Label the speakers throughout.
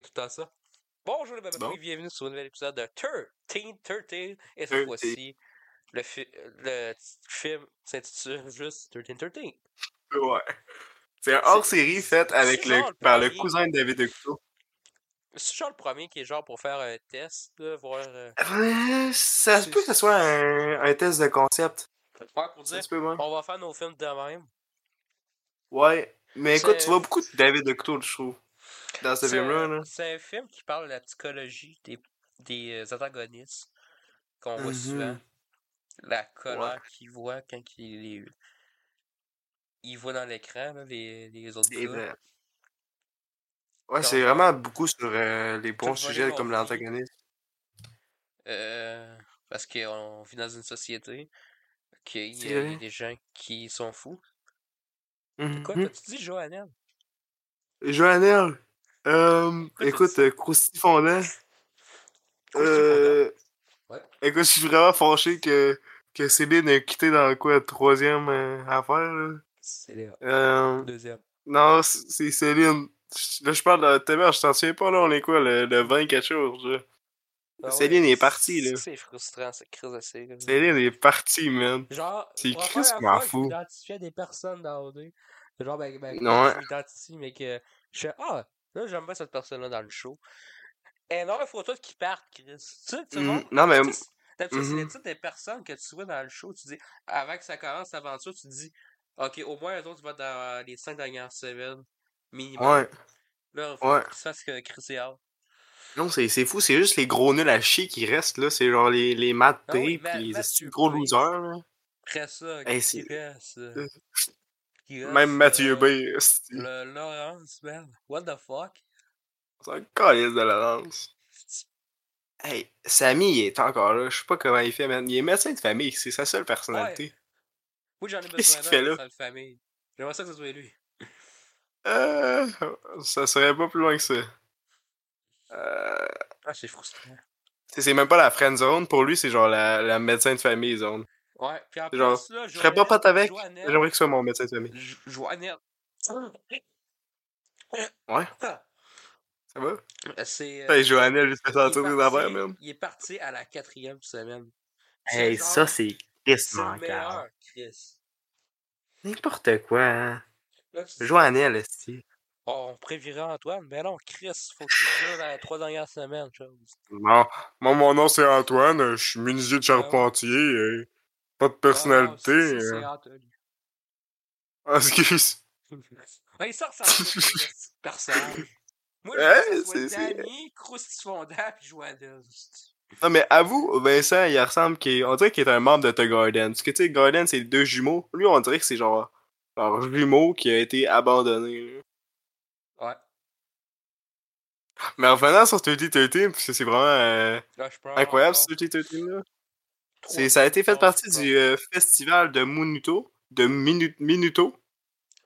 Speaker 1: Tout à ça. Bonjour les
Speaker 2: Bon.
Speaker 1: bababouilles, bienvenue sur un nouvel épisode de 13 13 et cette
Speaker 2: Thirteen.
Speaker 1: fois-ci, le, fi- le t- film s'intitule juste 13 13.
Speaker 2: Ouais. C'est un hors-série fait avec
Speaker 1: c'est
Speaker 2: le,
Speaker 1: genre le
Speaker 2: par le
Speaker 1: premier.
Speaker 2: cousin de David Ducto.
Speaker 1: C'est genre le premier qui est genre pour faire un test, là, voir... euh,
Speaker 2: ça se peut que ce soit un, un test de concept.
Speaker 1: Ouais, pour
Speaker 2: Ça
Speaker 1: dire,
Speaker 2: se peut, ouais.
Speaker 1: on va faire nos films de même.
Speaker 2: Ouais. Mais écoute,
Speaker 1: C'est-
Speaker 2: tu vois beaucoup de David Ducto, je trouve. Dans ce
Speaker 1: C'est
Speaker 2: film-là, là.
Speaker 1: un, c'est un film qui parle de la psychologie des, des euh, antagonistes qu'on voit
Speaker 2: Mhm.
Speaker 1: souvent. La colère qu'ils voient quand ils les... Ils voient dans l'écran, là, les, les autres
Speaker 2: Et
Speaker 1: gars.
Speaker 2: ben, Ouais, c'est vraiment beaucoup sur euh, les bons
Speaker 1: voler
Speaker 2: sujets
Speaker 1: leur
Speaker 2: comme
Speaker 1: vie.
Speaker 2: l'antagoniste.
Speaker 1: Euh, parce qu'on vit dans une société qu'il y,
Speaker 2: C'est
Speaker 1: a- il y a
Speaker 2: vrai.
Speaker 1: des gens qui sont fous. Quoi,
Speaker 2: Mhm.
Speaker 1: t'as-tu dit, Johanel?
Speaker 2: Joannelle, euh,
Speaker 1: t'as dit
Speaker 2: écoute,
Speaker 1: ça?
Speaker 2: euh, croustifondant. Euh,
Speaker 1: Ouais.
Speaker 2: Écoute, je suis vraiment fâché que, que Céline ait quitté dans quoi, troisième euh, affaire, là.
Speaker 1: C'est le
Speaker 2: Euh,
Speaker 1: deuxième.
Speaker 2: non, c- c'est Céline. Ch- Là, je parle de ta mère, je t'en souviens pas, là, on est quoi, le, le 20 quelque chose, là.
Speaker 1: Ah
Speaker 2: Céline
Speaker 1: ouais,
Speaker 2: est partie, là.
Speaker 1: C'est frustrant, cette crise de série.
Speaker 2: Céline est partie, man.
Speaker 1: Genre,
Speaker 2: C'est
Speaker 1: pour la
Speaker 2: Chris
Speaker 1: première
Speaker 2: qui m'en
Speaker 1: fois, je
Speaker 2: fout.
Speaker 1: m'identifiais à des personnes dans O2. Genre, ben, ben,
Speaker 2: Ouais.
Speaker 1: pas que je m'identifie, mais que je fais, ah, là, j'aime bien cette personne-là dans le show. Et non, il faut toutes qui partent, Chris. Tu sais, tout le
Speaker 2: Mm,
Speaker 1: monde,
Speaker 2: non, mais-
Speaker 1: tu sais, D'habitude, c'est
Speaker 2: Mhm.
Speaker 1: les types des personnes que tu vois dans le show. Tu dis, avant que ça commence l'aventure, tu dis, OK, au moins, eux autres vont dans les 5 dernières semaines, minimum.
Speaker 2: Ouais.
Speaker 1: Là, faut
Speaker 2: Ouais.
Speaker 1: qu'ils se fassent que Chris et Al.
Speaker 2: Non, c'est c'est fou, c'est juste les gros nuls à chier qui restent, là. C'est genre les, les Matt
Speaker 1: Ah
Speaker 2: P,
Speaker 1: oui,
Speaker 2: puis
Speaker 1: Ma-
Speaker 2: les
Speaker 1: Matthew
Speaker 2: esti de gros
Speaker 1: P.
Speaker 2: losers, là.
Speaker 1: Après ça,
Speaker 2: Hey,
Speaker 1: qui
Speaker 2: c'est-
Speaker 1: reste euh,
Speaker 2: euh,
Speaker 1: Qui reste,
Speaker 2: Même Mathieu
Speaker 1: euh,
Speaker 2: B, esti.
Speaker 1: Le Lawrence, man. What the fuck?
Speaker 2: C'est un calice de la lance. Hey, Samy, il est encore là. Je sais pas comment il fait, man. Il est médecin de famille, c'est sa seule personnalité.
Speaker 1: Oui, j'en ai
Speaker 2: Qu'est-ce
Speaker 1: besoin
Speaker 2: qu'il
Speaker 1: d'un
Speaker 2: fait
Speaker 1: dans
Speaker 2: là?
Speaker 1: sa famille. J'aimerais ça que ce soit lui.
Speaker 2: Euh, ça serait pas plus loin que ça. Euh,
Speaker 1: Ah, c'est frustrant.
Speaker 2: c'est- c'est même pas la friend zone. Pour lui, c'est genre la, la médecin de famille zone.
Speaker 1: Ouais, puis en plus,
Speaker 2: Genre,
Speaker 1: là,
Speaker 2: Je serais pas pote avec.
Speaker 1: Joannette,
Speaker 2: J'aimerais que ce soit mon médecin de famille.
Speaker 1: Jo- Joannette.
Speaker 2: Ouais.
Speaker 1: Ah,
Speaker 2: Ça va?
Speaker 1: C'est. euh,
Speaker 2: Hey, Johanna, lui fait
Speaker 1: il est
Speaker 2: sentir des
Speaker 1: parti-
Speaker 2: affaires, man.
Speaker 1: Il est parti à la quatrième semaine.
Speaker 2: Hey,
Speaker 1: C'est
Speaker 2: ça,
Speaker 1: genre-
Speaker 2: c'est
Speaker 1: C'est le
Speaker 2: tristement grave.
Speaker 1: meilleur, Chris.
Speaker 2: N'importe quoi, hein.
Speaker 1: Là, tu dis,
Speaker 2: Johanna, là, c'est.
Speaker 1: Oh, on prévirait Antoine. Mais non, Chris, faut que tu le dises dans les trois dernières semaines, chose.
Speaker 2: Non. Moi, mon nom, c'est Antoine. Je suis menuisier
Speaker 1: Ah
Speaker 2: de hein.
Speaker 1: charpentier,
Speaker 2: Pas de hein.
Speaker 1: Ah, non, c'est- c'est Anthony.
Speaker 2: Ah, excuse.
Speaker 1: Ouais, Ben, il sort sans ce personnage. Moi, je
Speaker 2: Ouais,
Speaker 1: veux que ce
Speaker 2: c'est-
Speaker 1: soit
Speaker 2: c'est-
Speaker 1: Danny, Croustifondant, puis Joannette.
Speaker 2: Non, mais avoue, Vincent, il ressemble qu'il. On dirait qu'il est un membre de The Garden. Parce que, tu sais, Garden, c'est deux jumeaux. Lui, on dirait que c'est genre. Leur jumeau qui a été abandonné. là.
Speaker 1: Ouais.
Speaker 2: Mais en revenant sur Tutti Tutti, parce que c'est vraiment euh,
Speaker 1: Là, je prends
Speaker 2: incroyable,
Speaker 1: encore
Speaker 2: ce Tutti Tutti, là.
Speaker 1: trois
Speaker 2: C'est- Ça a été fait
Speaker 1: secondes,
Speaker 2: partie
Speaker 1: je
Speaker 2: du euh, festival de Minuto. De Minu- Minuto. Comme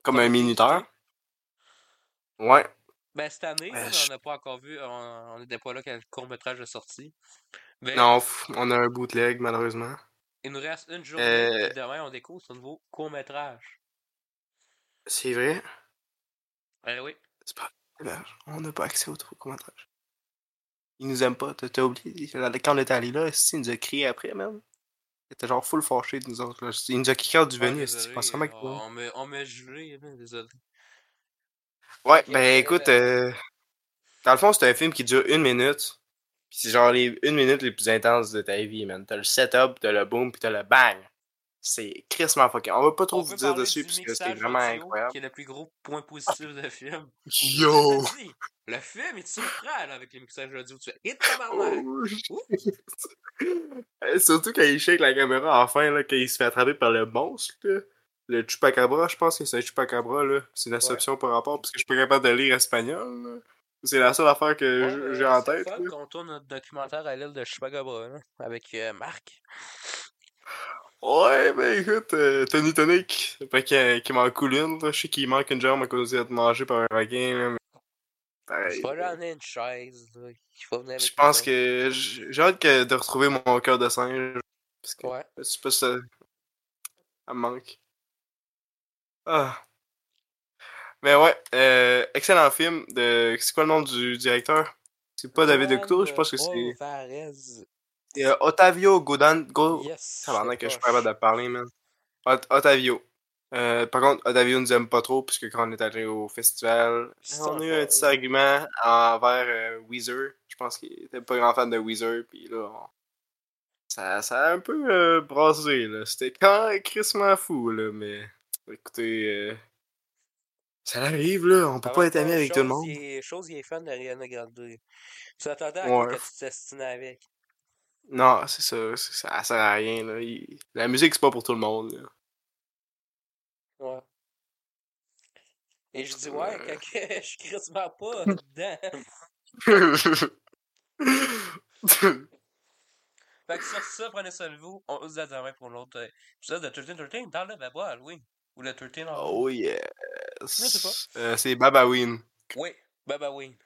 Speaker 1: Comme
Speaker 2: un
Speaker 1: Tutti
Speaker 2: minuteur.
Speaker 1: Tutti.
Speaker 2: Ouais.
Speaker 1: Ben, cette année,
Speaker 2: Euh,
Speaker 1: là,
Speaker 2: je-
Speaker 1: on n'a pas encore vu, on- on n'était pas là quand le court-métrage est sorti. Mais
Speaker 2: Non, pff, on a un bootleg, malheureusement.
Speaker 1: il nous reste une journée,
Speaker 2: Euh,
Speaker 1: puis demain, on découvre ce nouveau court-métrage.
Speaker 2: C'est vrai.
Speaker 1: Eh oui.
Speaker 2: C'est pas dommage. On n'a pas accès au trou commentaire. Il nous aime pas, t'as t'as oublié. Quand on était allé là, si, il nous a crié après, même. Il était genre full fâché de nous autres. Là. Il nous a kické hors du
Speaker 1: Ah,
Speaker 2: venu,
Speaker 1: désolé,
Speaker 2: c'est pas sûrement que-
Speaker 1: on, on me- on m'a gelé, là, désolé.
Speaker 2: Ouais,
Speaker 1: Ok,
Speaker 2: ben écoute, euh, dans le fond, c'est un film qui dure une minute. Pis c'est genre les une minute les plus intenses de ta vie, man. T'as le setup, t'as le boom, pis t'as le bang. C'est crissement fucking. On va pas trop
Speaker 1: On
Speaker 2: vous
Speaker 1: peut
Speaker 2: dire
Speaker 1: parler
Speaker 2: dessus,
Speaker 1: du
Speaker 2: puisque c'est
Speaker 1: mixage
Speaker 2: vraiment
Speaker 1: audio,
Speaker 2: incroyable. Oh!
Speaker 1: qui est le plus gros point positif du film.
Speaker 2: Yo!
Speaker 1: Je te dis, Le film, il te surprend là, avec les mixages audio. Tu fais hit tabarnak!
Speaker 2: Oh, Euh, Surtout quand il shake la caméra, enfin, là, quand il se fait attraper par le monstre, là. le chupacabra, je pense que c'est un chupacabra, là. C'est une exception par rapport, parce que je suis pas capable de lire espagnol, là. C'est la seule affaire que
Speaker 1: Ouais,
Speaker 2: j-
Speaker 1: mais
Speaker 2: j'ai en
Speaker 1: c'est le
Speaker 2: tête.
Speaker 1: fun
Speaker 2: là.
Speaker 1: qu'on tourne notre documentaire à l'île de Chupacabra là, avec euh, Marc.
Speaker 2: Ouais, ben écoute, euh, Tony Tonic, ben, pas qu'il qu'il m'en coule une, là. Je sais qu'il manque une jambe à cause d'être mangé par un requin, là, mais- Pareil.
Speaker 1: Va là, on a une chaise. là, qui va venir avec
Speaker 2: Je
Speaker 1: nous
Speaker 2: pense
Speaker 1: autres.
Speaker 2: que j- j'ai hâte que- de retrouver mon cœur de singe. Parce que
Speaker 1: Ouais.
Speaker 2: Je sais pas si ça... ça me manque. Ah. Mais ouais, euh, excellent film. De... C'est quoi le nom du directeur? C'est pas David
Speaker 1: Juan
Speaker 2: Ducto, je pense que
Speaker 1: oh.
Speaker 2: c'est
Speaker 1: Alvarez.
Speaker 2: c'est, euh, Otavio Godan... Go...
Speaker 1: Yes.
Speaker 2: Oh, Tabarnak, que je suis pas
Speaker 1: proche.
Speaker 2: capable de parler, man. Ot- Otavio. Euh, par contre, Otavio nous aime pas trop, puisque quand on est allé au festival,
Speaker 1: C'est
Speaker 2: on a eu
Speaker 1: encore-
Speaker 2: un petit argument envers euh, Weezer. Je pense qu'il était pas grand fan de Weezer, puis là, on- ça, ça a un peu euh, brassé, là. C'était quand crissement fou, là, mais écoutez, euh, ça arrive, là, on peut
Speaker 1: En
Speaker 2: pas
Speaker 1: même
Speaker 2: être ami
Speaker 1: temps,
Speaker 2: avec tout le
Speaker 1: Ah chose,
Speaker 2: monde.
Speaker 1: il est- Chose, il est fan d'Ariana Grande. Tu t'attendais à
Speaker 2: Ouais.
Speaker 1: quoi que tu t'estines avec?
Speaker 2: Non, c'est ça, c'est- ça sert à rien, là. Il- La musique, c'est pas pour tout le monde, là.
Speaker 1: Ouais. Et je dis, ouais,
Speaker 2: Ouais.
Speaker 1: quand que je suis crissement pas dedans. Fait que sur ça, prenez soin de vous. On se dit à demain pour l'autre euh, épisode de 13-13 dans le Baba Halloween. Ou le 13 Halloween.
Speaker 2: oh yes.
Speaker 1: sais
Speaker 2: Euh, c'est Babawin.
Speaker 1: Oui, Baba Halloween.